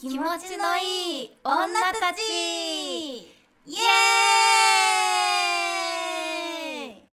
気持ちのいい女たちイエーイ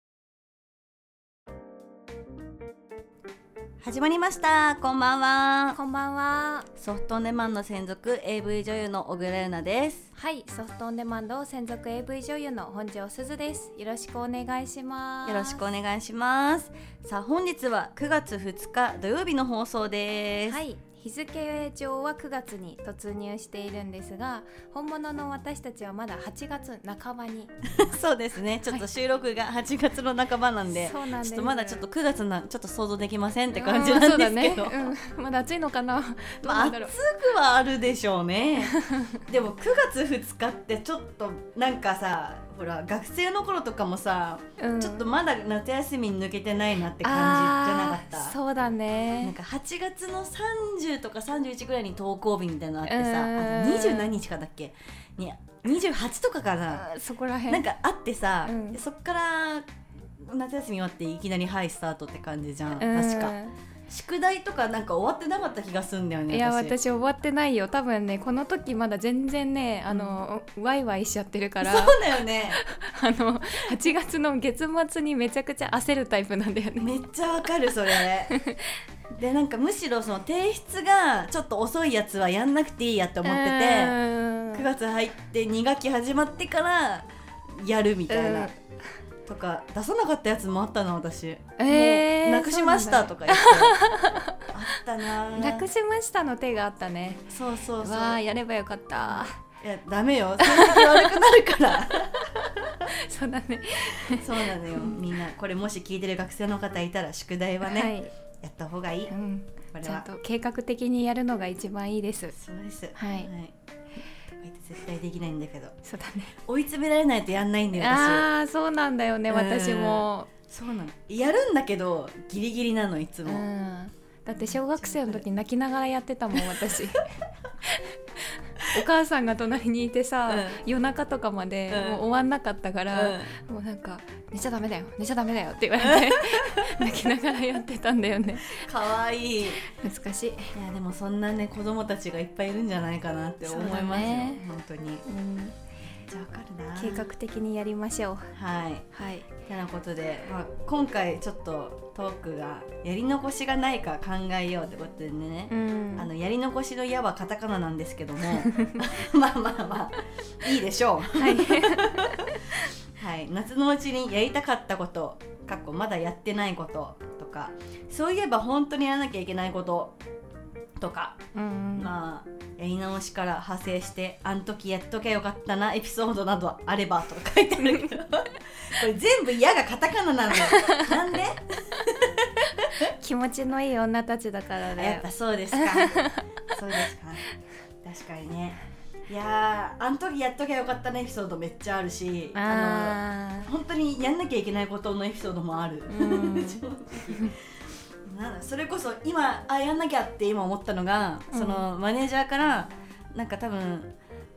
始まりましたこんばんはこんばんはソフトオンデマンド専属 AV 女優の小倉優奈ですはいソフトオンデマンド専属 AV 女優の本庄すずですよろしくお願いしますよろしくお願いしますさあ本日は9月2日土曜日の放送です、はい日付上は9月に突入しているんですが本物の私たちはまだ8月半ばに そうですねちょっと収録が8月の半ばなんで、そうなんですちょっとまだちょっと9月なちょっと想像できませんって感じなんですけど、うんそうだねうんまだ暑いのかまあなどうなんだろう暑くはあるでしょうね でも9月2日ってちょっとなんかさほら学生の頃とかもさ、うんちょっとまだ夏休みに抜けてないなって感じじゃなかったあーそうだなんねか8月の30とか31ぐらいに登校日みたいなのあってさうんあの20何日かだっけに28とかかなあーそこらへんなんかあってさ、うんそっから夏休み終わっていきなり「はいスタート」って感じじゃん、うん確か宿題とかなんか終わってなかった気がするんだよねいや私終わってないよ多分ねこの時まだ全然ねあの、ワイワイしちゃってるからそうだよね あの8月の月末にめちゃくちゃ焦るタイプなんだよねめっちゃわかるそ れでなんかむしろその提出がちょっと遅いやつはやんなくていいやって思ってて、9て月入って2学期始まってからやるみたいな、うんとか出さなかったやつもあったな私、えーもうなくしましたとか言ってあったななくしましたの手があったねそうそうそうわあいやればよか ったやダメよ性格悪くなるからそうだねそうなのよみんなこれもし聞いてる学生の方いたら宿題はね、はいやった方がいいこうん、れちゃんはと計画的にやるのが一番いいですそうですはいとか言って絶対できないんだけどそうだね追い詰められないとやんないんだよ私ああそうなんだよねうん私もそうなのやるんだけどギリギリなのいつうも、んだって小学生の時泣きながらやって たもん私お母さんが隣にいてさ、う夜中とかまでうんもう終わんなかったから、うんもうなんか「寝ちゃダメだよ寝ちゃダメだよ」って言わ れて泣きながらやってたんだよねかわいいい難しい、やでもそんなね子供たちがいっぱいいるんじゃないかなって思いますよ、そうだね本当にうん、じゃあわかるな計画的にやりましょうはいはいてなことで、まあ、今回ちょっとトークがやり残しがないか考えようってことでね、んあのやり残しの矢はカタカナなんですけども まあまあまあいいでしょうはい、はい、夏のうちにやりたかったことかっこまだやってないこととかそういえば本当にやらなきゃいけないこととか、 うんまあやり直しから派生してあん時やっときゃよかったなエピソードなどあればとか書いてある けどこれ全部「や」がカタカナなのよなんで気持ちのいい女たちだから だやっよぱそうですかそうですか確かにねいやーあん時やっときゃよかったなエピソードめっちゃあるしのあ本当にやんなきゃいけないことのエピソードもある、うん正 直 なんだそれこそ今あやんなきゃって今思ったのが、うんそのマネージャーからなんか多分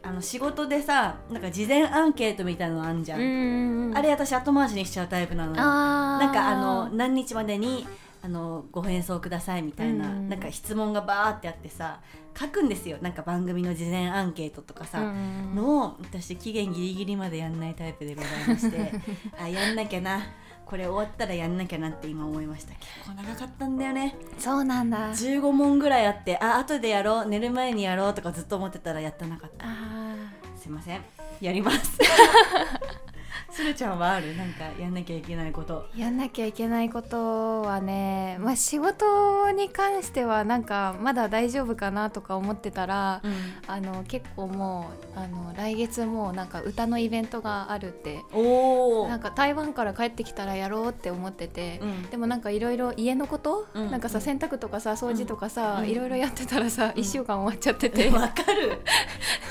あの仕事でさなんか事前アンケートみたいな のあんじーゃん、うんあれ私後回しにしちゃうタイプなのよあーなんかあの何日までにあのご返送くださいみたいな、うんなんか質問がバーってあってさ書くんですよなんか番組の事前アンケートとかさ、うんのを私期限ギリギリまでやんないタイプでございまして あやんなきゃなこれ終わったらやんなきゃなって今思いました結構長かったんだよねそうなんだ15問ぐらいあってあ後でやろう寝る前にやろうとかずっと思ってたらやってなかったあすいませんやります するちゃんはあるなんかやんなきゃいけないことーやんなきゃいけないことはね、まあ、仕事に関してはなんかまだ大丈夫かなとか思ってたら、あの結構もうあの来月もうなんか歌のイベントがあるっておおなんか台湾から帰ってきたらやろうって思ってて、うんでもなんかいろいろ家のこと、うんなんかさ洗濯とかさ掃除とかさうんいろいろやってたらさ、一1週間終わっちゃってて、わかる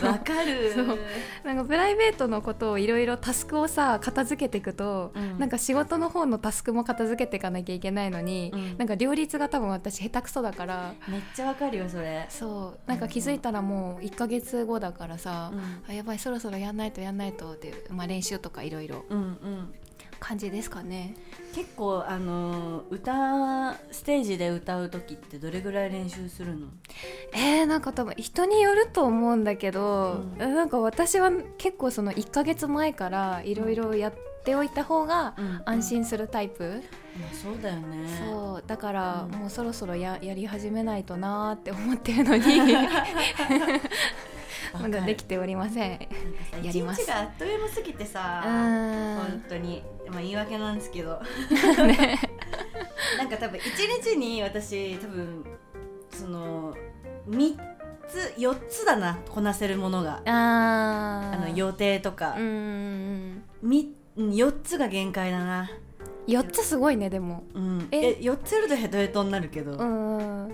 わかる そうなんかプライベートのことをいろいろタスクをさ片付けていくと、うんなんか仕事の方のタスクも片付けていかなきゃいけないのに、うんなんか両立が多分私下手くそだからめっちゃわかるよそれ、そうなんか気づいたらもう1ヶ月後だからさ、うんあやばいそろそろやんないとやんないとっていう、まあ、練習とかいろいろうんうん感じですかね。結構あのー歌ステージで歌う時ってどれぐらい練習するのえー、なんか多分人によると思うんだけど、うなんか私は結構その1ヶ月前からいろいろやっておいた方が安心するタイプ、まあそうだよね そうだからうんもうそろそろややり始めないとなーって思ってるの にわかまるだできておりませなんん。かさやります一日があっという間すぎてうさー本ん当にまあ言い訳なんですけど なんか多分一日に私多分その3つ4つだなこなせるものがああーの予定とかうーんみ4つが限界だな4つすごいねでもうんええ4つやるとヘトヘトになるけど、うーん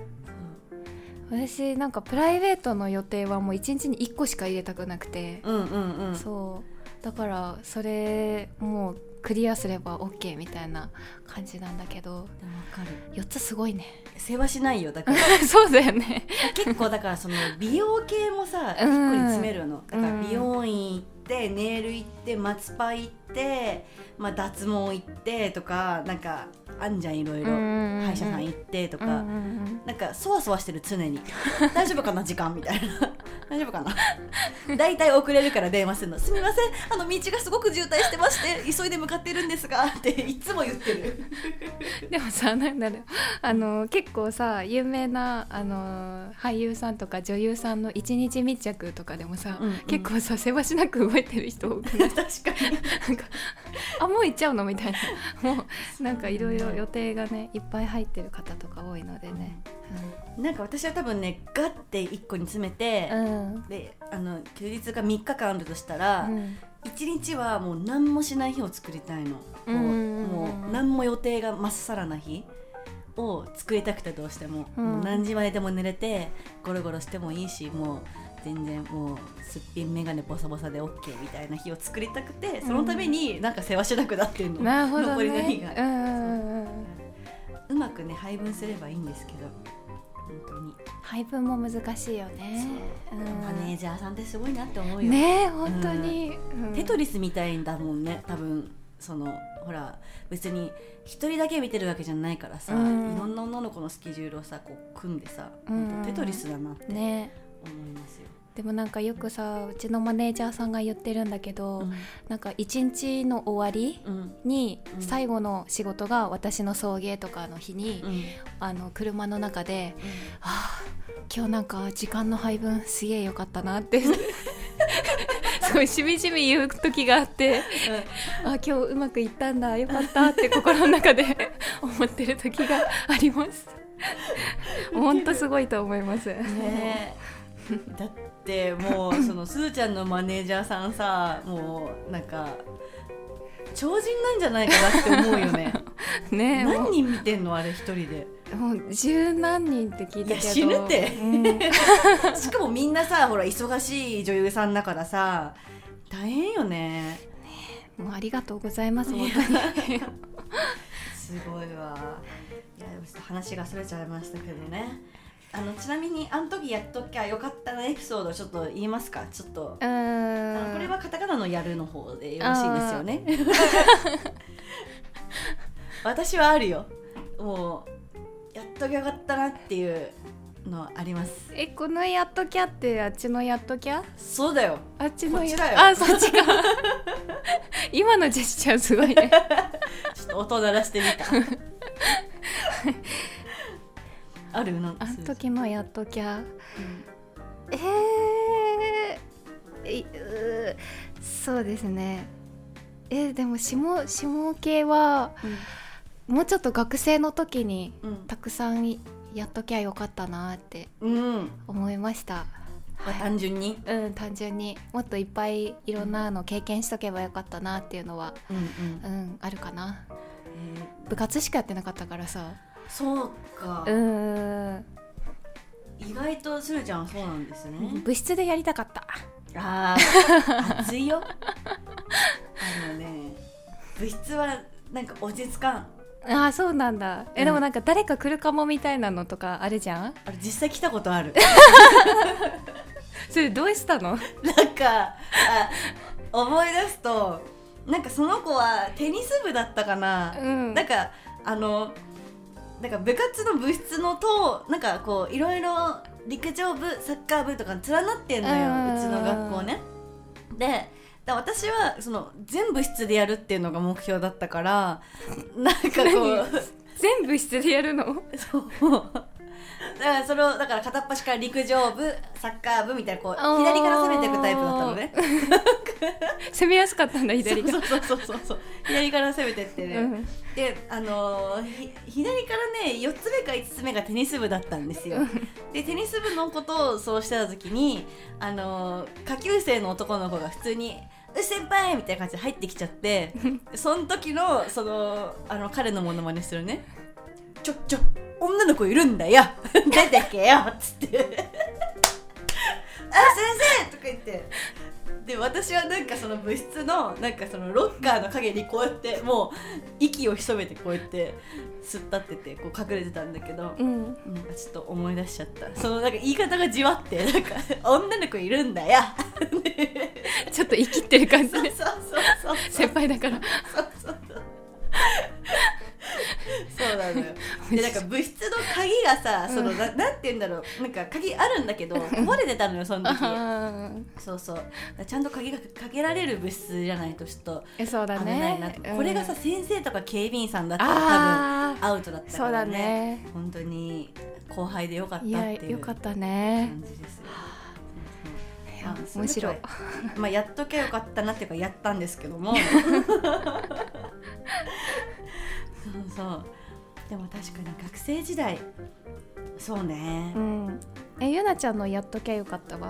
私なんかプライベートの予定はもう1日に1個しか入れたくなくて、うんうんうんそうだからそれもうクリアすれば OK みたいな感じなんだけどでもわかる4つすごいね 世話しないよだから そうだよね結構だからその美容系もさう結ん構に詰めるのだからうん美容院行ってネイル行って松パイ行って、まあ、脱毛行ってとかなんかあんじゃんいろいろ歯歯医者さん行っってとたか、なんかそわそわしてる常に 大丈夫かな時間みたいな 大丈夫かな大体遅れるから電話するの「すみませんあの道がすごく渋滞してまして急いで向かってるんですが」っていつも言ってるでもさなんだろうあの結構さ有名なあの俳優さんとか女優さんの一日密着とかでもさ、うんうん結構させわしなく動いてる人多くない 確かになんかあもう行っちゃうのみたいなもうなんかいろいろ予定がねいっぱい入ってる方とか多いのでね、なんか私は多分ねガッて1個に詰めて、うんであの休日が3日間あるとしたら、うん1日はもう何もしない日を作りたいのもううんうんうんもう何も予定がまっさらな日を作りたくてどうしても,、うんもう何時まででも寝れてゴロゴロしてもいいしもう全然もうすっぴん眼鏡ボサボサで OK みたいな日を作りたくてそのためになんか世話しなくなってんの、なるほど残りの日ねが、うんうんうんうまくね配分すればいいんですけど本当に。配分も難しいよねそううんマネージャーさんってすごいなって思うよ、ねえ本当に、うんテトリスみたいだもんね多分そのほら別に一人だけ見てるわけじゃないからさ、うんいろんな女の子のスケジュールをさこう組んでさ、うんほんとテトリスだなってね思いますよ、でもなんかよくさうちのマネージャーさんが言ってるんだけど、なんか一日の終わりうんうんにうん最後の仕事が私の送迎とかの日に、あの車の中で「ああ今日なんか時間の配分すげえよかったな」っ てすごいしみじみ言う時があって「あ今日うまくいったんだよかった」って心の中で 思ってる時があります。本当すごいと思います。ねえだってもうそのすずちゃんのマネージャーさんさもうなんか超人なんじゃないかなって思うよね ねえもう何人見てんのあれ一人でもう十何人って聞いたけいどや死ぬってうん しかもみんなさほら忙しい女優さんだからさ大変よねもうありがとうございます本当にすごいわいやでもちょっと話がそれちゃいましたけどねあのちなみにあの時やっときゃよかったなエピソードちょっと言いますかちょっとうあのーんこれはカタカナのやるの方でよろしいですよね 私はあるよもうやっときゃよかったなっていうのありますえこのやっときゃってあっちのやっときゃそうだよあっちのこっやちだよあそっちか 今のジェスチャー すごいねちょっと音鳴らしてみた。 あるなんあかん時のやっときゃうんえー、いうーそうですねえでも下下系はもうちょっと学生の時にうんたくさんやっときゃよかったなってうん、思いましたまあ単純に、うん単純にもっといっぱいいろんなの経験しとけばよかったなっていうのはうんうんうんあるかなえー部活しかやってなかったからさそうか、うん意外とするちゃんはそうなんですね、部室でやりたかったああ熱い よあのね部室はなんか落ち着かんああそうなんだえ、うんでもなんか誰か来るかもみたいなのとかあるじゃんあれ実際来たことあるそれどうしたのなんかあ思い出すとなんかその子はテニス部だったかな、うんなんかあのなんか部活の部室のとなんかこういろいろ陸上部サッカー部とか連なってんのようんうちの学校ね。でだ私はその全部室でやるっていうのが目標だったからなんかこう全部室でやるのそうだからそれをだから片っ端から陸上部サッカー部みたいなこうあー左から攻めていくタイプだったのね攻めやすかったんだ左がそうそうそうそうそう左から攻めてってね、うんであのーひ左からね4つ目か5つ目がテニス部だったんですよでテニス部のことをそうしてた時にあのー下級生の男の子が普通に「うっ先輩!」みたいな感じで入ってきちゃ ってその時のそのあの彼のモノマネするね「ちょちょ女の子いるんだよ 出てけよ」っつって 「あ先生!」とか言って。で私はなんかその部室のなんかそのロッカーの陰にこうやってもう息を潜めてこうやって突っ立っててこう隠れてたんだけど、うんなんかちょっと思い出しちゃったそのなんか言い方がじわってなんか女の子いるんだよちょっと生きってる感じそうそうでそうそう 先輩だからそうそうそうそうなのよでなんか部室の鍵がさその、ななんて言うんだろうなんか鍵あるんだけど壊れてたのよその時あーそうそうだからちゃんと鍵がかけられる部室じゃないとちょっとえそうだ危ねないなと、うんこれがさ先生とか警備員さんだったらあ多分アウトだっーたかそうらだねね本当に後輩でよかったいっやていうよかったね感じですよ。いまやあそういむう時しろは まあやっとけばよかったなっていうかやったんですけども。そうそう。でも確かに学生時代。そうねう。んえゆなちゃんのやっときゃよかったわ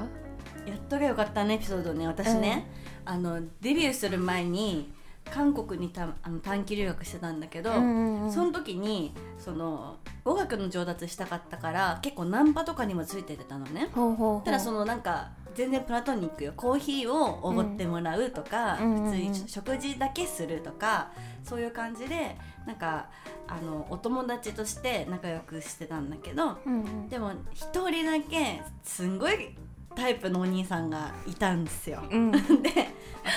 やっとけばよかったねエピソードね。私ね、あのデビューする前に韓国にたあの短期留学してたんだけど。うんうんその時にその語学の上達したかったから結構ナンパとかにもついてってたのね。ほうほうほうただそのなんか全然プラトニックよコーヒーをおごってもらうとか、うん普通うんにうんうん食事だけするとかそういう感じでなんかあのお友達として仲良くしてたんだけどうんうんでも一人だけすんごいタイプのお兄さんがいたんです よ。うんで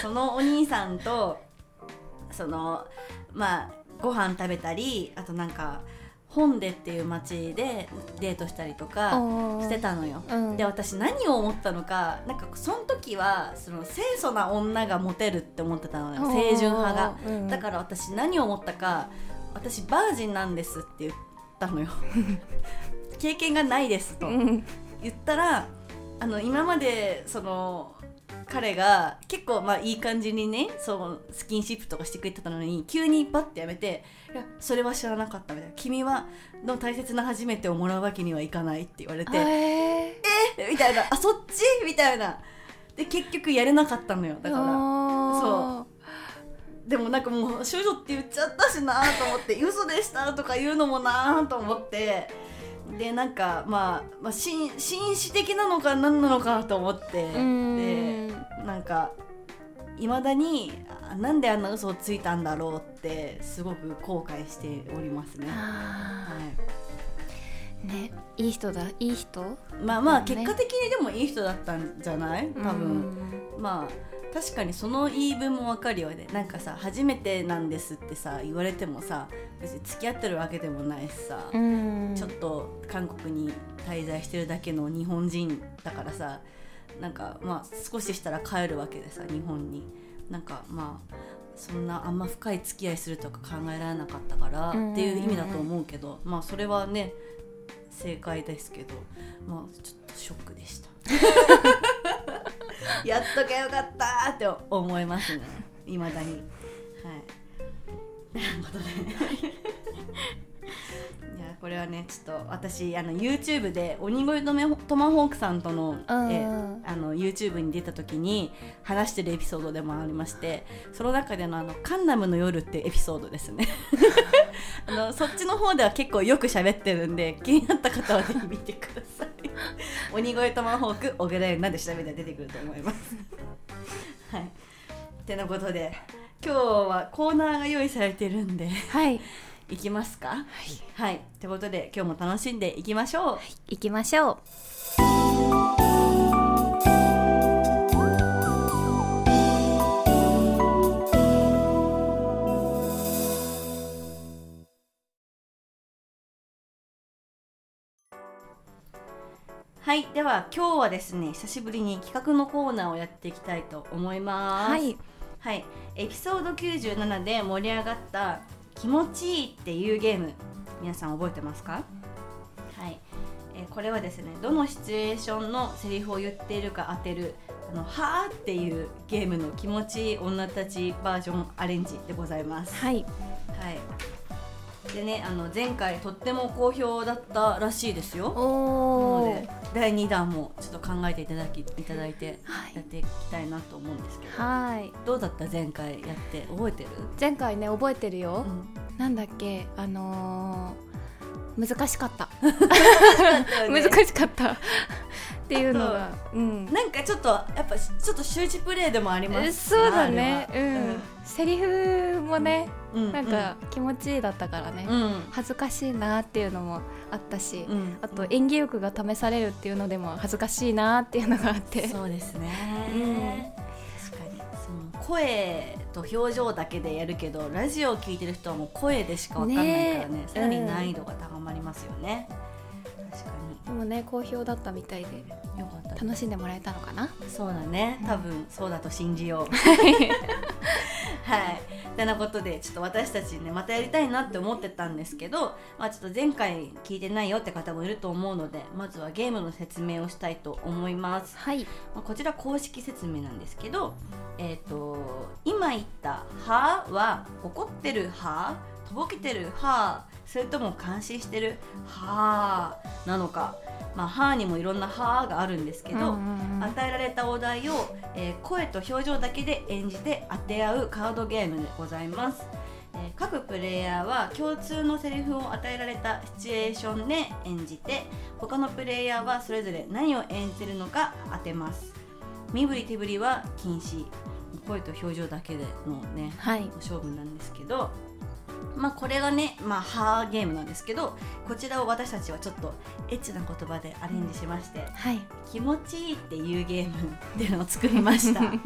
そのお兄さんとそのまあご飯食べたりあとなんか本でっていう街でデートしたりとかおーしてたのよ。うんで私何を思ったのかなんかその時はその清楚な女がモテるって思ってたのよ清純派が、おーうんだから私何を思ったか私バージンなんですって言った のよ経験がないですとうん言ったらあの今までその彼が結構まあいい感じにねそうスキンシップとかしてくれてたのに急にパッてやめて「いやそれは知らなかった」みたいな「君はの大切な初めてをもらうわけにはいかない」って言われてえー みたいな、あ、そっちみたいな。で、結局やれなかったのよ。だから。おーでもなんかもう、少女って言っちゃったしなと思って、嘘でしたとか言うのもなと思って、で、なんか、まあ、まあ、紳紳士的なのか何なのかと思って、うで、んなんか、いまだに、あなんであんな嘘をついたんだろうって、すごく後悔しておりますね。はあいーねいい人だいい人まあまあそうね結果的にでもいい人だったんじゃない多分、まあ確かにその言い分もわかるよねなんかさ「初めてなんです」ってさ言われてもさ別に付き合ってるわけでもないしさ、うんうんちょっと韓国に滞在してるだけの日本人だからさなんかまあ少ししたら帰るわけでさ日本になんかまあそんなあんま深い付き合いするとか考えられなかったからうんうんうんうんっていう意味だと思うけどまあそれはね正解ですけどまあちょっとショックでした やっとけよかったーって思いますねいまだにはい いやこれはねちょっと私あの YouTube で鬼越トメトマホークさんとの,、えうんあの YouTube に出た時に話してるエピソードでもありましてその中でのあの「カンナムの夜」っていうエピソードですね あのそっちの方では結構よく喋ってるんで気になった方はぜひ見てください鬼越トマホーク小倉優奈で調べたら出てくると思います はいてなことで今日はコーナーが用意されてるんではいいきますかはい、ってことで今日も楽しんでいきましょう、行きましょうははいでは今日はですね久しぶりに企画のコーナーをやっていきたいと思いますはいはい、エピソード97で盛り上がった「気持ちいい」っていうゲーム皆さん覚えてますかはい、えーこれはですねどのシチュエーションのセリフを言っているか当てる「あのはあ」っていうゲームの気持ちいい女たちバージョンアレンジでございます。はいはい、でねあの前回とっても好評だったらしいですよ。なおのーで第2弾もちょっと考えていただきいただいてはいやっていきたいなと思うんですけど。はいどうだった前回やって覚えてる、前回ね覚えてるよ、ん、なんだっけあのー難しか った難難しかった っていうのがうんなんかちょっとやっぱちょっと周知プレイでもありますえなそうだねあうれはん、セリフもね、うんうんなんか気持ちいいだったからね、うん恥ずかしいなっていうのもあったし、うんあと演技力が試されるっていうのでも恥ずかしいなっていうのがあってそうですね、うん確かにその声と表情だけでやるけどラジオを聞いてる人はもう声でしかわかんないからねねえさらに難易度が高まりますよね、確かでもね好評だったみたいでによかった楽しんでもらえたのかなそうだねうん多分そうだと信じ ようはいてなことでちょっと私たちねまたやりたいなって思ってたんですけど、まあ、ちょっと前回聞いてないよって方もいると思うのでまずはゲームの説明をしたいと思います、はいまあこちら公式説明なんですけどえっ、と今言った「は」は怒ってる「は」とぼけてる「は」それとも感心してる「は」なのかまあ「は」にもいろんな「は」があるんですけど、うんうんうん与えられたお題を、えー声と表情だけで演じて当て合うカードゲームでございます、えー各プレイヤーは共通のセリフを与えられたシチュエーションで演じて他のプレイヤーはそれぞれ何を演じてるのか当てます身振り手振りは禁止声と表情だけでのねはい勝負なんですけどまあこれがねまあハーゲームなんですけどこちらを私たちはちょっとエッチな言葉でアレンジしましてはい気持ちいいっていうゲームっていうのを作りましたはい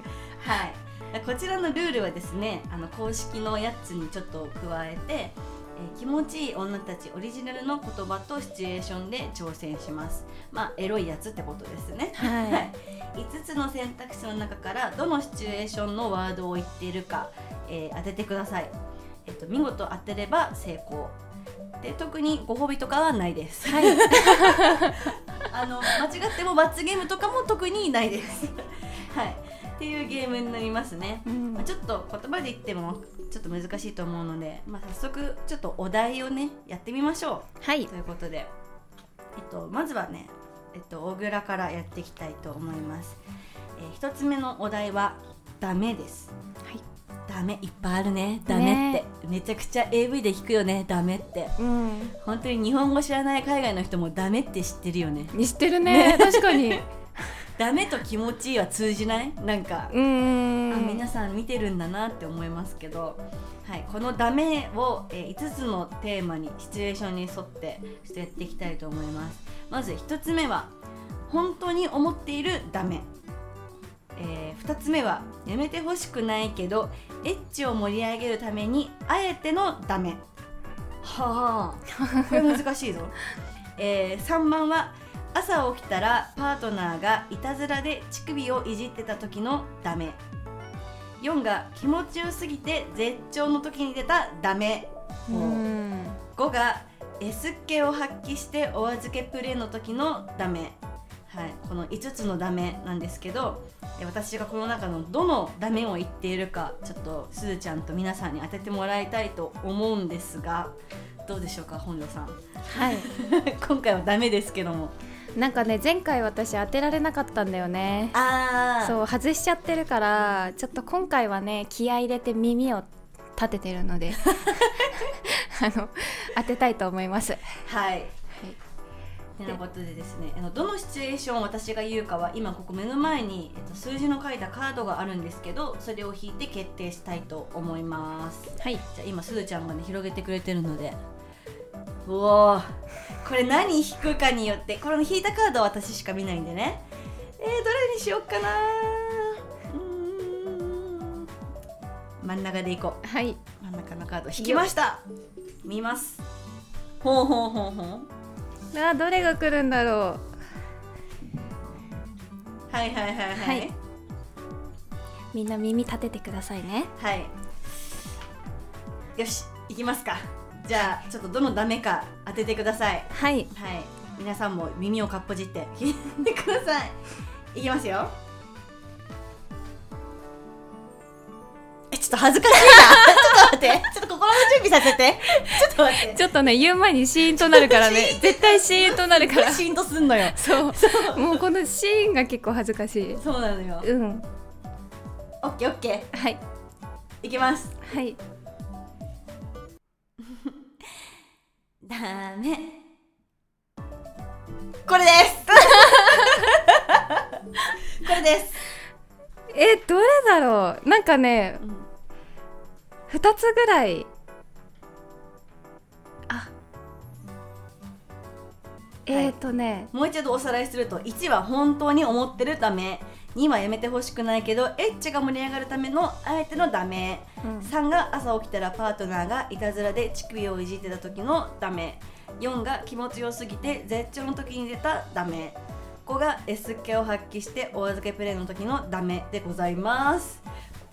こちらのルールはですねあの公式のやつにちょっと加えて、えー気持ちいい女たちオリジナルの言葉とシチュエーションで挑戦しますまあエロいやつってことですねはいはい、5つの選択肢の中からどのシチュエーションのワードを言っているか、えー当ててください、えっと見事当てれば成功で特にご褒美とかはないです、 あの間違っても罰ゲームとかも特にない です、はい、っていうゲームになりますねうんまあちょっと言葉で言ってもちょっと難しいと思うので、まあ、早速ちょっとお題をねやってみましょうはいということで、えっと、まずはね、えっと、大倉からやっていきたいと思います、えー一つ目のお題は「ダメ」ですはいダメいっぱいあるねダメってね、めちゃくちゃ AV で聞くよねダメってうん本当に日本語知らない海外の人もダメって知ってるよねにしてるね確か にダメと気持ちいいは通じないなんか、うんうんあうん皆さん見てるんだなって思いますけど、はい、この「ダメを」えー5つのテーマにシチュエーションに沿ってちょっとやっていきたいと思いますまず1つ目は「本当に思っているダメ」え2つ目は「やめてほしくないけどエッチを盛り上げるためにあえてのダメ」はあこれ難しいぞ、 え3番は「朝起きたらパートナーがいたずらで乳首をいじってた時のダメ」4が気持ちよすぎて絶頂の時に出たダメうん5が S 系を発揮してお預けプレーの時のダメはいこの5つのダメなんですけどえ私がこの中のどのダメを言っているかちょっとすずちゃんと皆さんに当ててもらいたいと思うんですがどうでしょうか本庄さん はい今回はダメですけどもなんかね前回私当てられなかったんだよねあそうそう外しちゃってるからちょっと今回はね気合い入れて耳を立ててる のであの当てたいと思います、ははいい、てなことでですねあのどのシチュエーションを私が言うかは今ここ目の前に、えっと、数字の書いたカードがあるんですけどそれを引いて決定したいと思いますじはい、ゃあ今すずちゃんがね広げてくれてるのでうおーこれ何引くかによってこの引いたカードは私しか見ないんでねえー、どれにしようかなうーん真ん中でいこうはい、真ん中のカード引きました見ますほうほうほうほうあーどれが来るんだろはいはいはいはいはいみんな耳立ててくださいねはいよし行きますかじゃあちょっとどのダメか当ててくださいはいはい皆さんも耳をかっぽじって聞いてください行きますよえちょっと恥ずかしいなちょっと待ってちょっと心の準備させてちょっと待ってちょっとね言う前にシーンとなるから ね絶対シーンとなる からシーンとすんのよそうもうこのシーンが結構恥ずかしいそうなのようんオッケーオッケはいーいきますはいダメこれです これです、えどれだろうなんかね2つぐらいあえっ、ー、とね、もう一度おさらいすると1は本当に思ってるダメ2はやめてほしくないけどエッチが盛り上がるためのあえてのダメうん3が朝起きたらパートナーがいたずらで乳首をいじってた時のダメ4が気持ちよすぎて絶頂の時に出たダメ5が S っ気を発揮してお預けプレイの時のダメでございます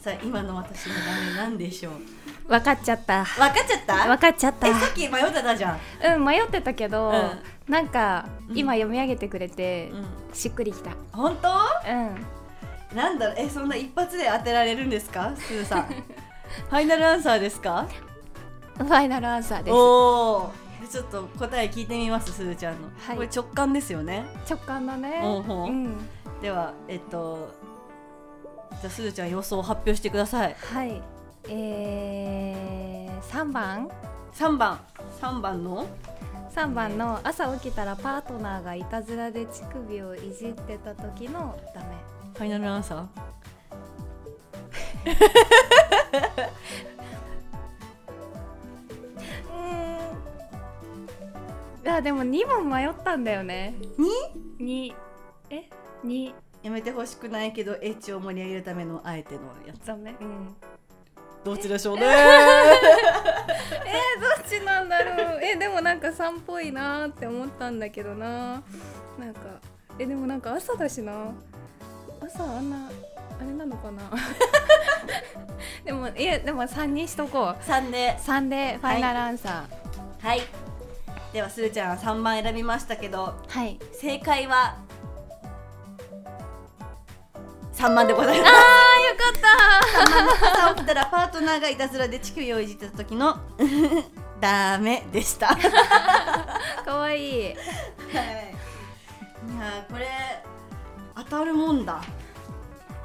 さあ今の私のダメなんでしょう分かっちゃった分かっちゃった分かっちゃったえさっき迷ってたじゃん、うん迷ってたけど、うなんかうん今読み上げてくれて、うん、しっくりきた本当うんなんだろうえそんな一発で当てられるんですかすずさ んファイナルアンサーですかファイナルアンサーですおおちょっと答え聞いてみますすずちゃんの、はいこれ直感ですよね直感だねほうほううんではえっとじゃあすずちゃん予想を発表してくださいはいえー、3番3番3番の3番の朝起きたらパートナーがいたずらで乳首をいじってた時のダメファイナルアンサーいやでも2番迷ったんだよね2え2やめてほしくないけどエッチを盛り上げるためのあえてのやつダメうんどっちでしょうね えー、どっちなんだろうえでもなんか3っぽいなーって思ったんだけどななんかえでもなんか朝だしな朝あんなあれなのか なでもいやでも3にしとこう3で3でファイナルアンサはいではすずちゃん3番選びましたけどーはい、正解は3番でございまあよかす朝起きたらパートナーがいたずらで乳首をいじってた時の ダメでした、はい、いったかわいいやーこれ当たるもんだ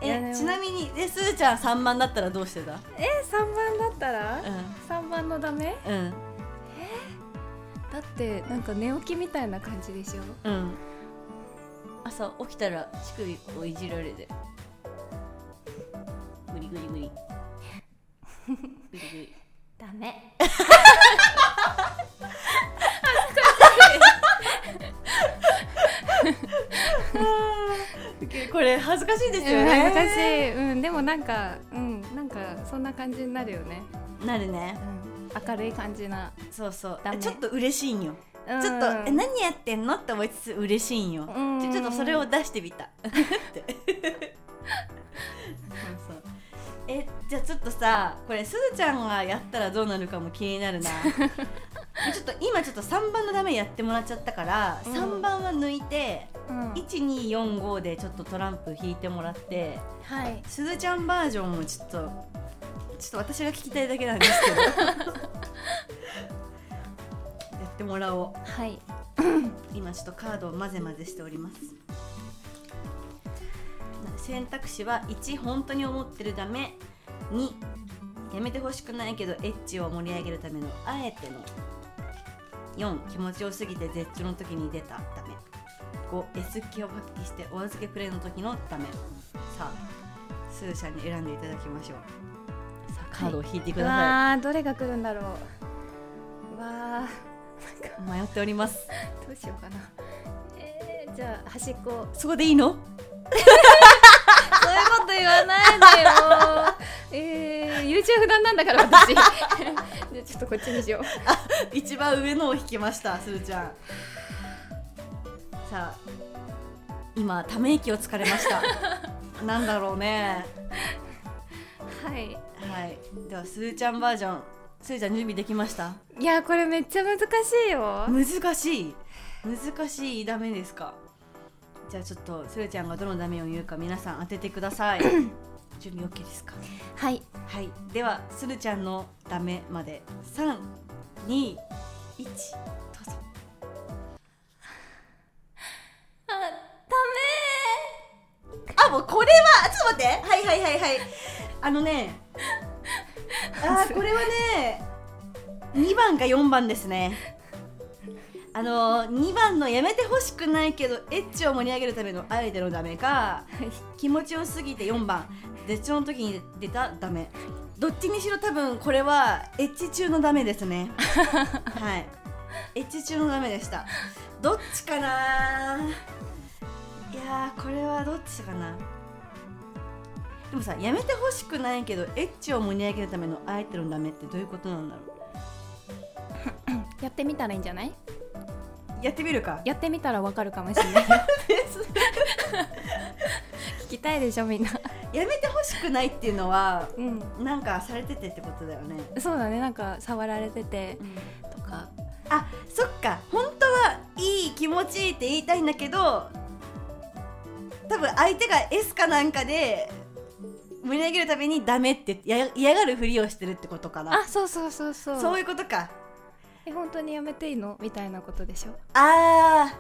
いやでえもちなみにですずちゃん3番だったらどうしてたえ三3番だったら、う三3番のダメんうんだってなんか寝起きみたいな感じでしょうん朝起きたら乳首をいじられてグリグリグリグ リグリダメ これ恥ずかしいですようんね恥ずかしい、うん、でもなんか、うん、なんかそんな感じになるよね、なるね明るい感じな、そうそうダメちょっと嬉しいんよ、うんちょっとえ何やってんのって思いつつ嬉しいんよ、うんちょちょっとそれを出して みたってそうそうえじゃあちょっとさこれすずちゃんがやったらどうなるかも気になる なちょっと今ちょっと3番のダメやってもらっちゃったから、うん3番は抜いてうん1245でちょっとトランプ引いてもらってはいすずちゃんバージョンもちょっとちょっと私が聞きたいだけなんです けどやってもらおうはい今ちょっとカードを混ぜ混ぜしております選択肢は1本当に思ってるため2やめてほしくないけどエッチを盛り上げるためのあえての4気持ちよすぎて絶頂の時に出たダメ5 S 気を発揮してお預けプレイの時のダメさあスーシャに選んでいただきましょうさあカードを引いてくうださわーどれが来るんだろううわい、迷っておりますーどうしようかなえー、じゃあ端っこそこでいいのそういうこと言わないでよ えー、優柔不断なんだから私 じゃあちょっとこっちにしよう一番上のを引きましたすずちゃんさあ今ため息をつかれましたなんだろうねはいはいではすーちゃんバージョンすーちゃん準備できましたいやこれめっちゃ難しいよ難しい難しいダメですかじゃあちょっとすーちゃんがどのダメを言うか皆さん当ててください準備 OK ですかはいはいではするちゃんのダメまで321どうぞあダメあもうこれはちょっと待ってはいはいはいはいあのねあーこれはね2番か4番ですねあの2番のやめてほしくないけどエッチを盛り上げるためのあえてのダメか気持ちよすぎて4番絶頂の時に出たダメどっちにしろ多分これはエッチ中のダメですねはいエッチ中のダメでしたどっちかないやーこれはどっちかなでもさやめてほしくないけどエッチを盛り上げるためのあえてのダメってどういうことなんだろやってみたらいいんじゃないうやってみるかやってみたらわかるかもしれない 聞きたいでしょみんなやめてほしくないっていうのはうんなんかされててってことだよね、そうだねなんか触られててとかあそっか本当はいい気持ちいいって言いたいんだけど多分相手が S かなんかで盛り上げるためにダメってや嫌がるふりをしてるってことかなあそうそうそうそうそういうことかえ本当にやめていいのみたいなことでしょあー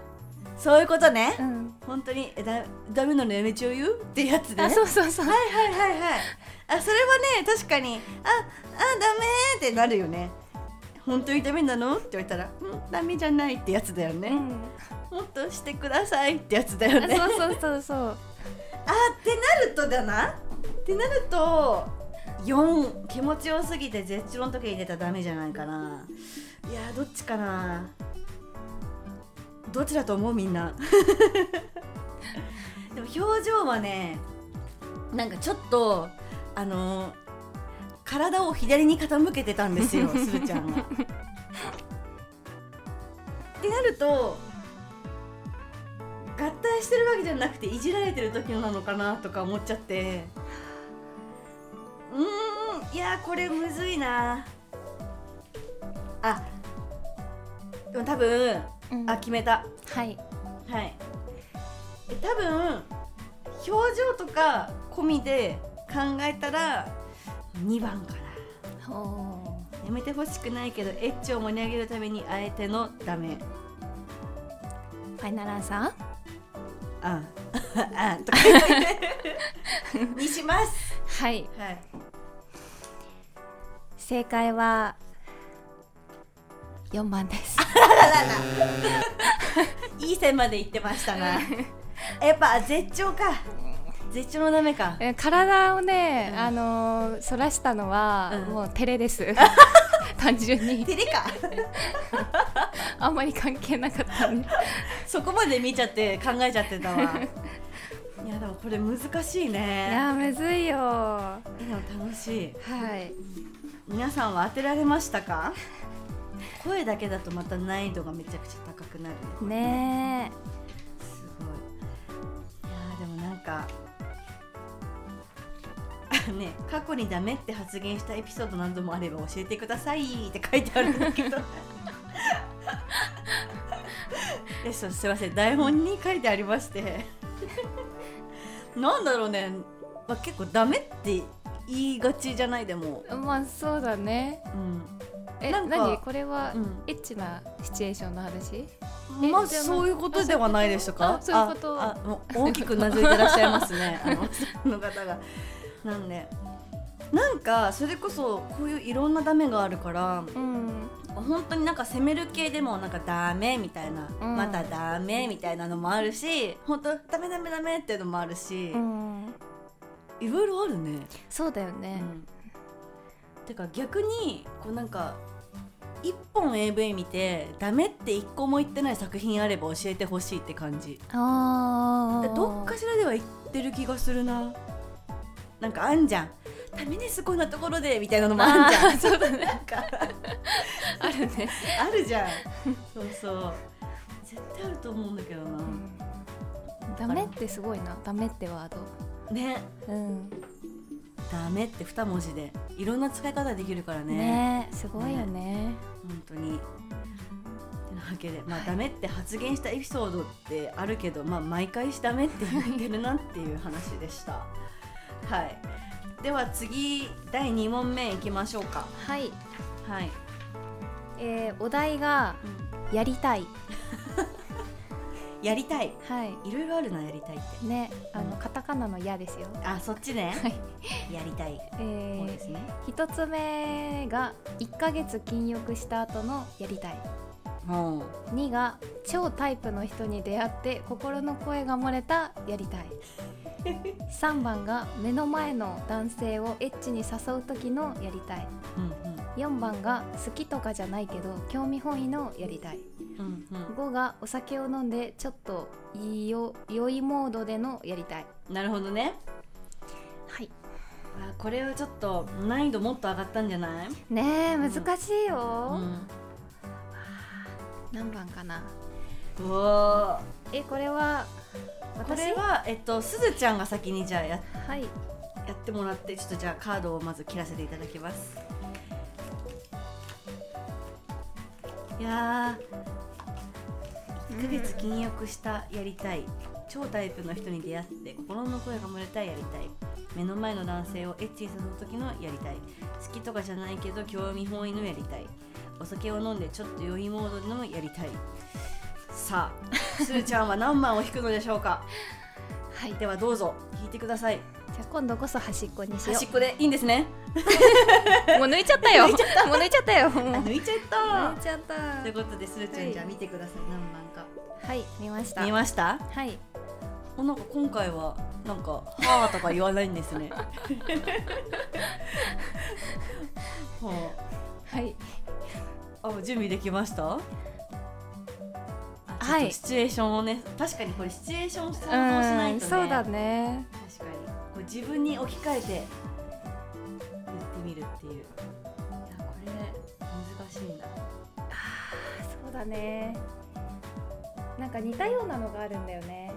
そういうことね、うん本当にえだダメなのやめちゃうよってやつでねあそうそうそうはいはいはいはいあそれはね確かにああダメーってなるよね本当にダメなのって言われたらうんダメじゃないってやつだよね、うんもっとしてくださいってやつだよあねそうそうそうそうあってなるとだなってなると4気持ちよすぎて絶頂の時に出たらダメじゃないかないやーどっちかなどっちだと思うみんな でも表情はねなんかちょっとあのー体を左に傾けてたんですよすずちゃんは。ってなると合体してるわけじゃなくていじられてる時のなのかなとか思っちゃってうーんいやーこれむずいなあでも多分うんあ決めたはいはいえ多分表情とか込みで考えたら2番かなおおやめてほしくないけどエッチを盛り上げるためにあえてのダメファイナルアンサあんあんとか言ってにしますーはいはい正解は4番ですいい線まで行ってましたなやっぱ絶頂か絶頂のダメかえ体をね、うんあのー、反らしたのは、うんもう照れ です単純に照れか あんまり関係なかったねそこまで見ちゃって考えちゃって たわいやでもこれ難しいいねやーむずいよはでも楽しいい皆さんは当てられましたか声だけだとまた難易度がめちゃくちゃ高くなるねすごいいやーでもなんかあね過去にダメって発言したエピソードなどもあれば教えてくださいって書いてあるんだけどえそうすいません台本に書いてありましてなんだろうね、まあ、結構ダメって言いがちじゃないでもえまあそうだねうん、えなんか何これは、うんエッチなシチュエーションの話えまあじゃあそういうことではないでしたかあそういうことああもう大きくうなずいてらっしゃいます ねあのその方がなんでなんかそれこそこういういろんなダメがあるからうん本当になんか責める系でもなんかダメみたいな、うんまたダメみたいなのもあるし本当ダメダメダメっていうのもあるし、うんいろいろあるね、そうだようね、ん、てか逆にこうなんか一本 AV 見てダメって一個も言ってない作品あれば教えてほしいって感じああどっかしらでは行ってる気がするななんかあんじゃんダメですこんなところでみたいなのもあんじ ゃんそうだねなんかあるね、あるじゃんそうそう絶対あると思うんだけどなダメってすごいなダメってワーねドうんダメって2文字でいろんな使い方できるからねねすごいよね本当にてなわけで、まあはいダメって発言したエピソードってあるけど、まあ、毎回ダメって言ってるなっていう話でしたはいでは次第2問目いきましょうかはい、はい、えーお題が「やりたいやりたい」はいいろいろあるなやりたいってねあうのんカタカナの「や」ですよあそっちねは いやりたいえ方ーですね、一つ目が1ヶ月禁欲した後のやりたいうん2が超タイプの人に出会って心の声が漏れたやりたい 3番が目の前の男性をエッチに誘う時のやりたいうん4番が好きとかじゃないけど興味本位のやりたいうんうん5がお酒を飲んでちょっといいよ良いモードでのやりたいうんなるほどねはいあこれはちょっと難易度もっと上がったんじゃない、ねえ難しいうよ、ん、何番かなうわーえこれはこ私れは、えっと、すずちゃんが先にじゃあやはいやってもらってちょっとじゃあカードをまず切らせていただきますいやー1ヶ月禁欲したやりたい超タイプの人に出会って心の声が漏れたやりたい目の前の男性をエッチに誘う時のやりたい好きとかじゃないけど興味本位のやりたいお酒を飲んでちょっと酔いモードのやりたいさあすーちゃんは何番を引くのでしょうかはいではどうぞ引いてくださいじゃあ今度こそ端っこにしよ端っこでいいんですねうも う抜いちゃったよもう抜いちゃった よもうあ抜いちゃ抜っいちゃったたということですーちゃん、はいじゃあ見てください何番かはい見ました見ましたはいおなんか今回はなんか「はあ」とか言わないんです ねははいああ準備できましたあちょはっいとシチュエーションをね確かにこれシチュエーションを想像しなういんとねそうだね確かにこう自分に置き換えて言ってみるっていういやこれ難しいんだそうだねなんか似たようなのがあるんだよね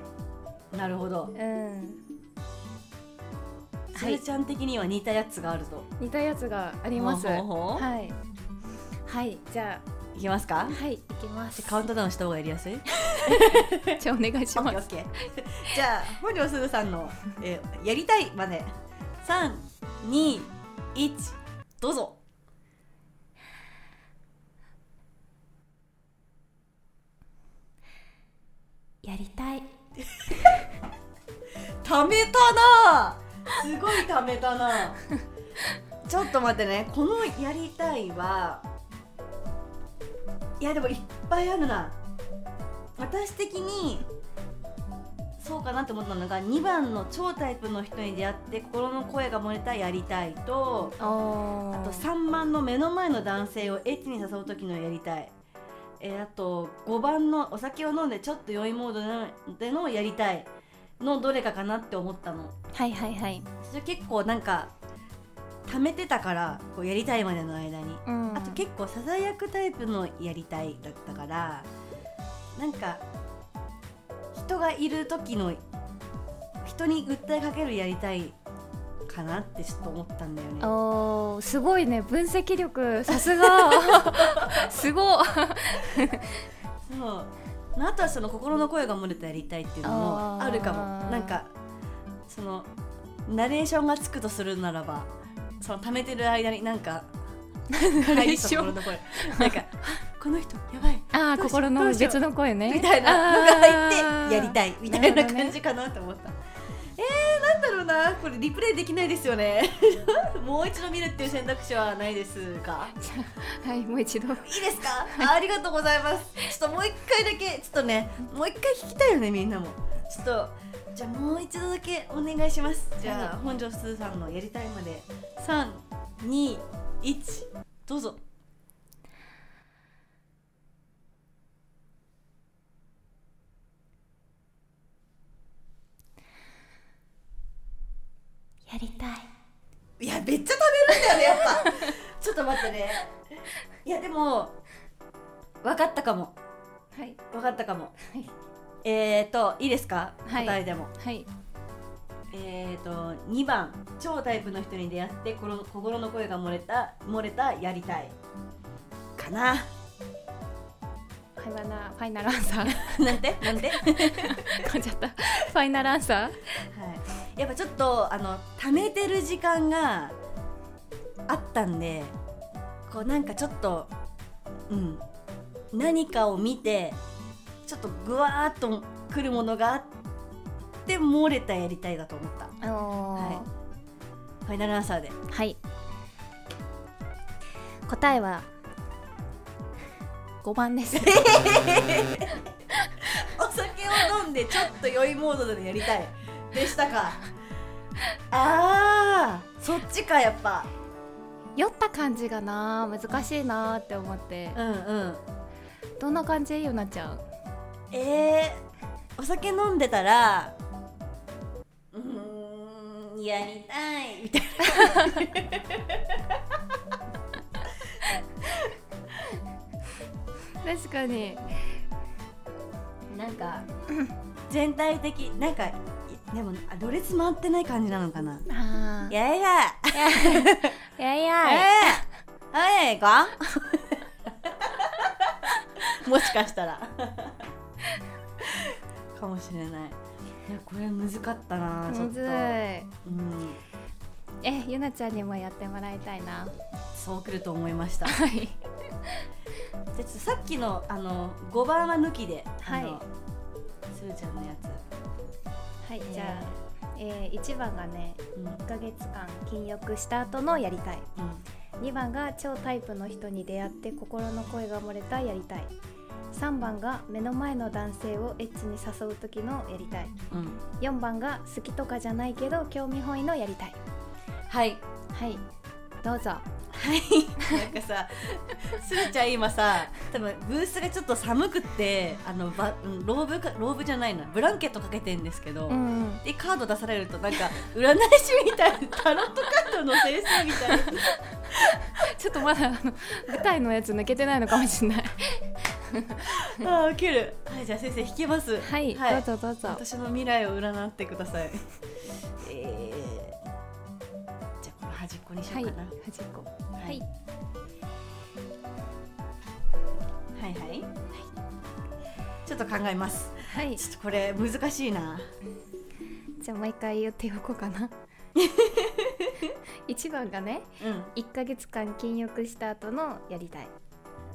なるほどうんスーちゃん的には似たやつがあると。似たやつがありますほうほうほうはいはいじゃいきますかあ。はい行きますカウントダウンした方がやりやす い。じゃあお願いしオッケまーオすッケー。 じゃあ本庄すずさんの、えーやりたいまで三二一どうぞ。やりたいためたな。すごいためたな。ちょっと待ってね。このやりたいは。いやでもいっぱいあるな。私的にそうかなって思ったのが2番の超タイプの人に出会って心の声が漏れたやりたいとおあーと3番の目の前の男性をエッチに誘う時のやりたい、えーあと5番のお酒を飲んでちょっと酔いモードなでのやりたいのどれかかなって思ったのはいはいはいそれ結構なんか溜めてたからこうやりたいまでの間にうんあと結構ささやくタイプのやりたいだったからなんか人がいる時の人に訴えかけるやりたいかなってちょっと思ったんだよね。おーすごいね分析力さすが すごいそうまああとはその心の声が漏れてやりたいっていうのもあーあるかもなんかそのナレーションがつくとするならばその溜めてる間になんか ナレーショ心ンの声なん かあこの人やばいああどうしよう心のどうしよう別の声ねみたいなのが入ってやりいたいみたいななるほどね感じかなと思った、えー、なんだろうなこれリプレイできないですよね もう一度見るっていう選択肢はないですかはいもう一度いいですかあありがとうございますちょっともう一回だけちょっとねもう一回聞きたいよねみんなもちょっとじゃあもう一度だけお願いしますじゃあ本庄すずさんのやりたいまで321どうぞやりたいいやめっちゃ食べるんだよねやっぱちょっと待ってねいやでも分かったかもはい分かったかもはいえーといいですかはい答えでも、はいえーと2番超タイプの人に出会って心の心の声が漏れた漏れたやりたいかな ファイナルファイナルアンサー なんてなんてはい噛んじゃったファイナルアンサーやっぱちょっとあの貯めてる時間があったんでこうなんかちょっとうん何かを見てちょっとぐわーっとくるものがあって漏れたやりたいだと思ったおはファイナルアンサーでい、答えは5番ですお 酒を飲んでちょっと酔いモードでやりたいでしたかあーそっちかやっぱ酔った感じがな難しいなって思ってうんうんどんな感じゆなちゃんえー、お酒飲んでたらうーんやりたいみたい確かにななんか全体的なんかいでもあろれつ回ってない感じなのかなあーやいやいやいえやー、はいか もしかしたらかもしれないいやこれ難かったなちょむっとずいうんえゆなちゃんにもやってもらいたいなそうくると思いましたじゃはいあちょっとさっきのあの5番は抜きで、はいあのすーちゃんのやはいつじゃあ、えー、1番がねえーうん1ヶ月間禁欲した後のやりたいうん2番が超タイプの人に出会って心の声が漏れたやりたい3番が目の前の男性をエッチに誘う時のやりたいうん4番が好きとかじゃないけど興味本位のやりたいはいはいどうぞはい、なんかさ、すーちゃん今さ、多分ブースがちょっと寒くって、あのば、うんローブか、ローブじゃないな、ブランケットかけてんですけど。うんでカード出されるとなんか占い師みたいなタロットカードの先生みたいなちょっとまだあの舞台のやつ抜けてないのかもしれないあーウケるはいじゃあ先生引きます はい、どうぞどうぞ私の未来を占ってくださいえー、じゃあこの端っこにしはよいうかな、端っこははいはいはい、はい、ちょっと考えますはいちょっとこれ難しいなじゃあ毎回言っておこうか な1番がねうん1ヶ月間禁欲した後のやりたい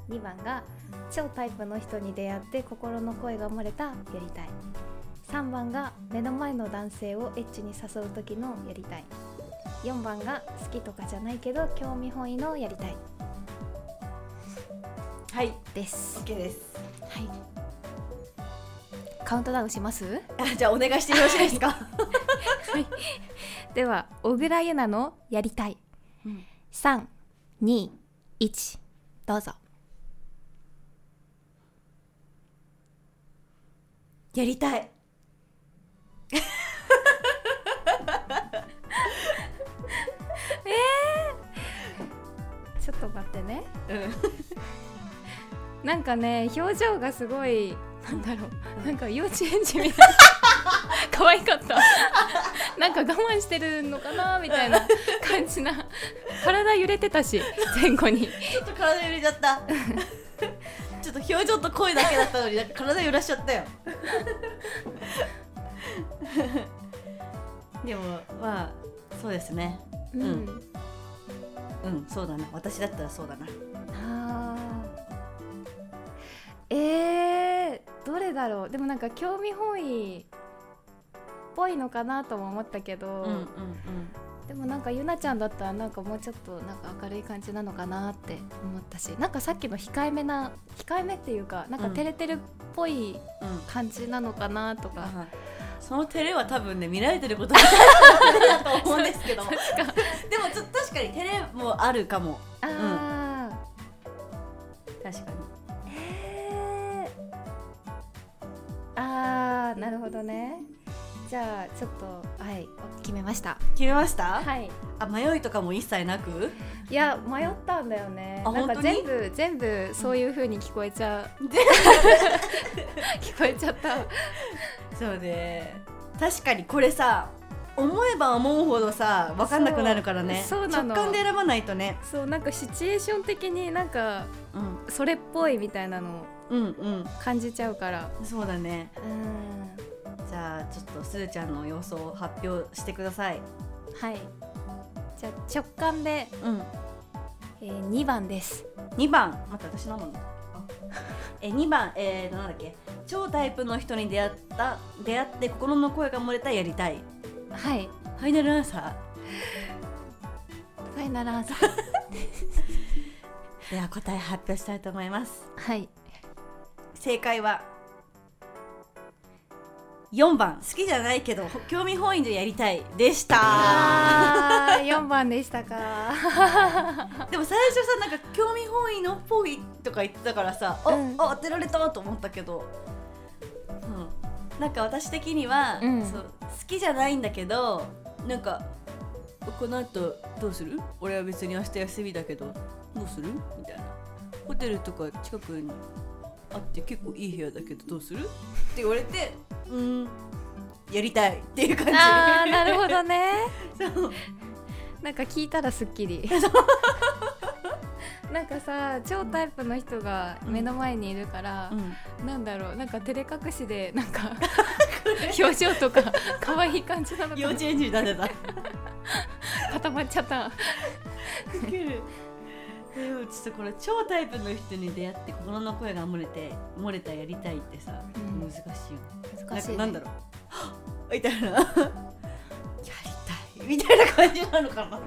2番が超タイプの人に出会って心の声が漏れたやりたい3番が目の前の男性をエッチに誘う時のやりたい4番が好きとかじゃないけど興味本位のやりたいはいです、 OK ですはい、カウントダウンしますあ じゃあお願いしてよろしいですか、では小倉優奈のやりたいうん321どうぞやりたいちょっと待ってねうんなんかね表情がすごいなんだろうなんか幼稚園児みたいな 可愛かった なんか我慢してるのかなみたいな感じな体揺れてたし前後にちょっと体揺れちゃった ちょっと表情と声だけだったのになんか体揺らしちゃったよ でもまあそうですねうんうんそうだな私だったらそうだなあーえー、どれだろうでもなんか興味本位っぽいのかなとも思ったけど、でもなんかゆなちゃんだったらなんかもうちょっとなんか明るい感じなのかなって思ったしなんかさっきの控えめな控えめっていうかなんかうん照れてるっぽいうんうん感じなのかなとか、その照れは多分ね見られてることに対しての照れだと思うんですけどもで確かもちょっと確かに照れもあるかもあー、確かにえー、あーなるほどねじゃあちょっとはい決めました決めました、はいあ迷いとかも一切なくいや迷ったんだよねあなんか本当に全部全部そういう風に聞こえちゃう、で 聞こえちゃったそうね確かにこれさ思えば思うほどさ分かんなくなるからねそうそうなの直感で選ばないとね、そうなんかシチュエーション的になんかうん、それっぽいみたいなのをうんうん感じちゃうからそうだねうんじゃあちょっとすずちゃんの予想を発表してくださいはいじゃあ直感で、うんえー、2番です2番また私のもの え2番えー、となんだっけ超タイプの人に出会った出会って心の声が漏れたやりたいはいファイナルアンサファイナルアンサーーでは答え発表したいと思いますはい正解は4番好きじゃないけどほ興味本位でやりたいでした あー4番でしたかでも最初さなんか興味本位のっぽいとか言ってたからさあ、うんあ当てられたと思ったけど、うん、なんか私的には、うんそう好きじゃないんだけどなんかこの後どうする俺は別に明日休みだけどどうするみたいなホテルとか近くにあって結構いい部屋だけどどうするって言われてうんやりたいっていう感じあーなるほどねそう なんか聞いたらすっき りなんかさ超タイプの人が目の前にいるから、なんだろうなんか照れ隠しでなん か表情とか可愛い感じなの幼か稚園児になってた固まっちゃったウケるでもちょっとこれ超タイプの人に出会って心の声が漏れて漏れたやりたいってさ、うん難しいよ難しい、ね、なんかなんだろう はっみたいな やりたいみたいな感じなのか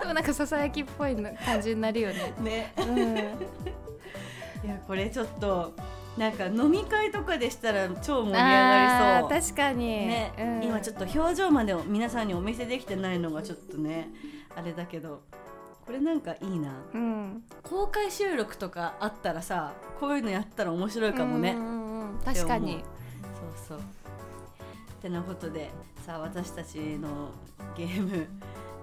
でもなんかささやきっぽいの感じになるよねなね うんいやこれちょっとなんか飲み会とかでしたら超盛り上がりあーそう確かに、ね、今ちょっっと表情までを皆さんにお見せできてないのがちょっとねあれだけどこれなんかいいなと、うん、公開収録とかあったらさこういうのやったら面白いかもね、うんうんうん確かにそうそうてなことでさあ私たちのゲーム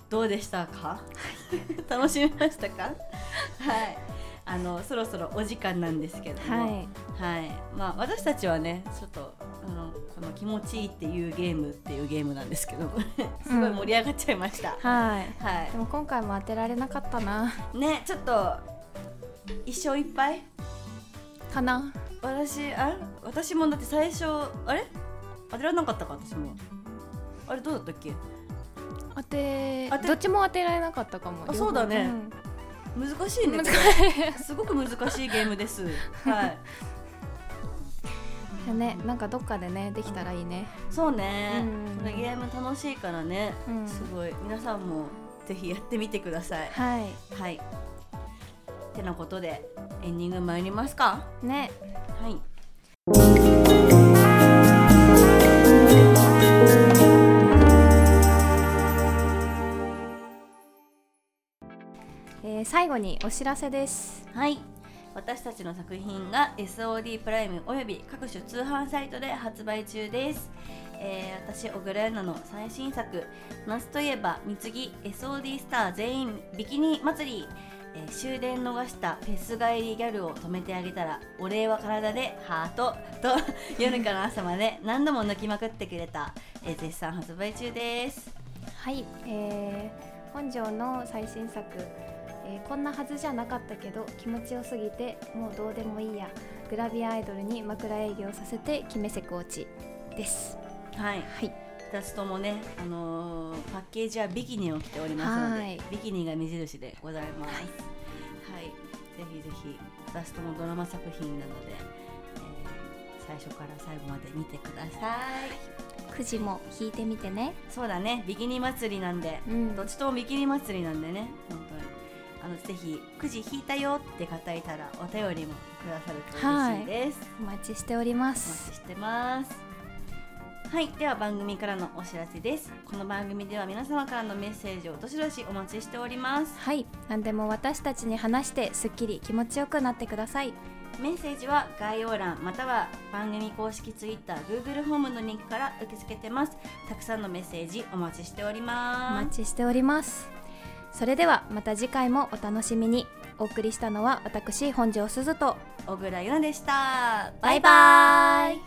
どうでしたか 楽しみましたかはいあのそろそろお時間なんですけども、はいはいまあ、私たちはねちょっとあのこの「気持ちいい」っていうゲームっていうゲームなんですけど すごい盛り上がっちゃいました、はいはでも今回も当てられなかったないねちょっと一生いっぱいかな私あ私もだって最初あれ当てられなかったか私もあれどうだったっけ当て当てどっちも当てられなかったかもあそうだね難しいねこ れすごく難しいゲーム ですはいうんねなんかどっかでねできたらいいねそうねうんこれゲーム楽しいからねうんすごい皆さんもぜひやってみてくださいはいはいてなことでエンディング参りますかねはいえー最後にお知らせですはい私たちの作品が SOD プライムおよび各種通販サイトで発売中です、えー私小倉優奈の最新作「夏といえば貢ぎ SOD スター全員ビキニ祭り」えー終電逃したフェス帰りギャルを止めてあげたらお礼は体でハートと夜から朝まで何度も抜きまくってくれた、えー絶賛発売中ですはい、えー本庄の最新作、えーこんなはずじゃなかったけど気持ちよすぎてもうどうでもいいやグラビアアイドルに枕営業させて決めせコーチですはいはい2つともね、あのーパッケージはビキニを着ておりますので、はいビキニが目印でございます、ははいぜひぜひ2つともドラマ作品なので、えー最初から最後まで見てください、くじも引いてみてねそうだねビキニ祭りなんで、うんどっちともビキニ祭りなんでね本当にあのぜひくじ引いたよって方いたらお便りもくださると嬉しいです、お待ちしておりまお待すちしてますはいでは番組からのお知らせですこの番組では皆様からのメッセージをどしどしお待ちしておりますはい何でも私たちに話してすっきり気持ちよくなってくださいメッセージは概要欄または番組公式 TwitterGoogle ホームのリンクから受け付けてますたくさんのメッセージお待ちしておりおま待ちしておりますそれではまた次回もお楽しみにお送りしたのは私本庄すずと小倉優奈でしたバイバーイ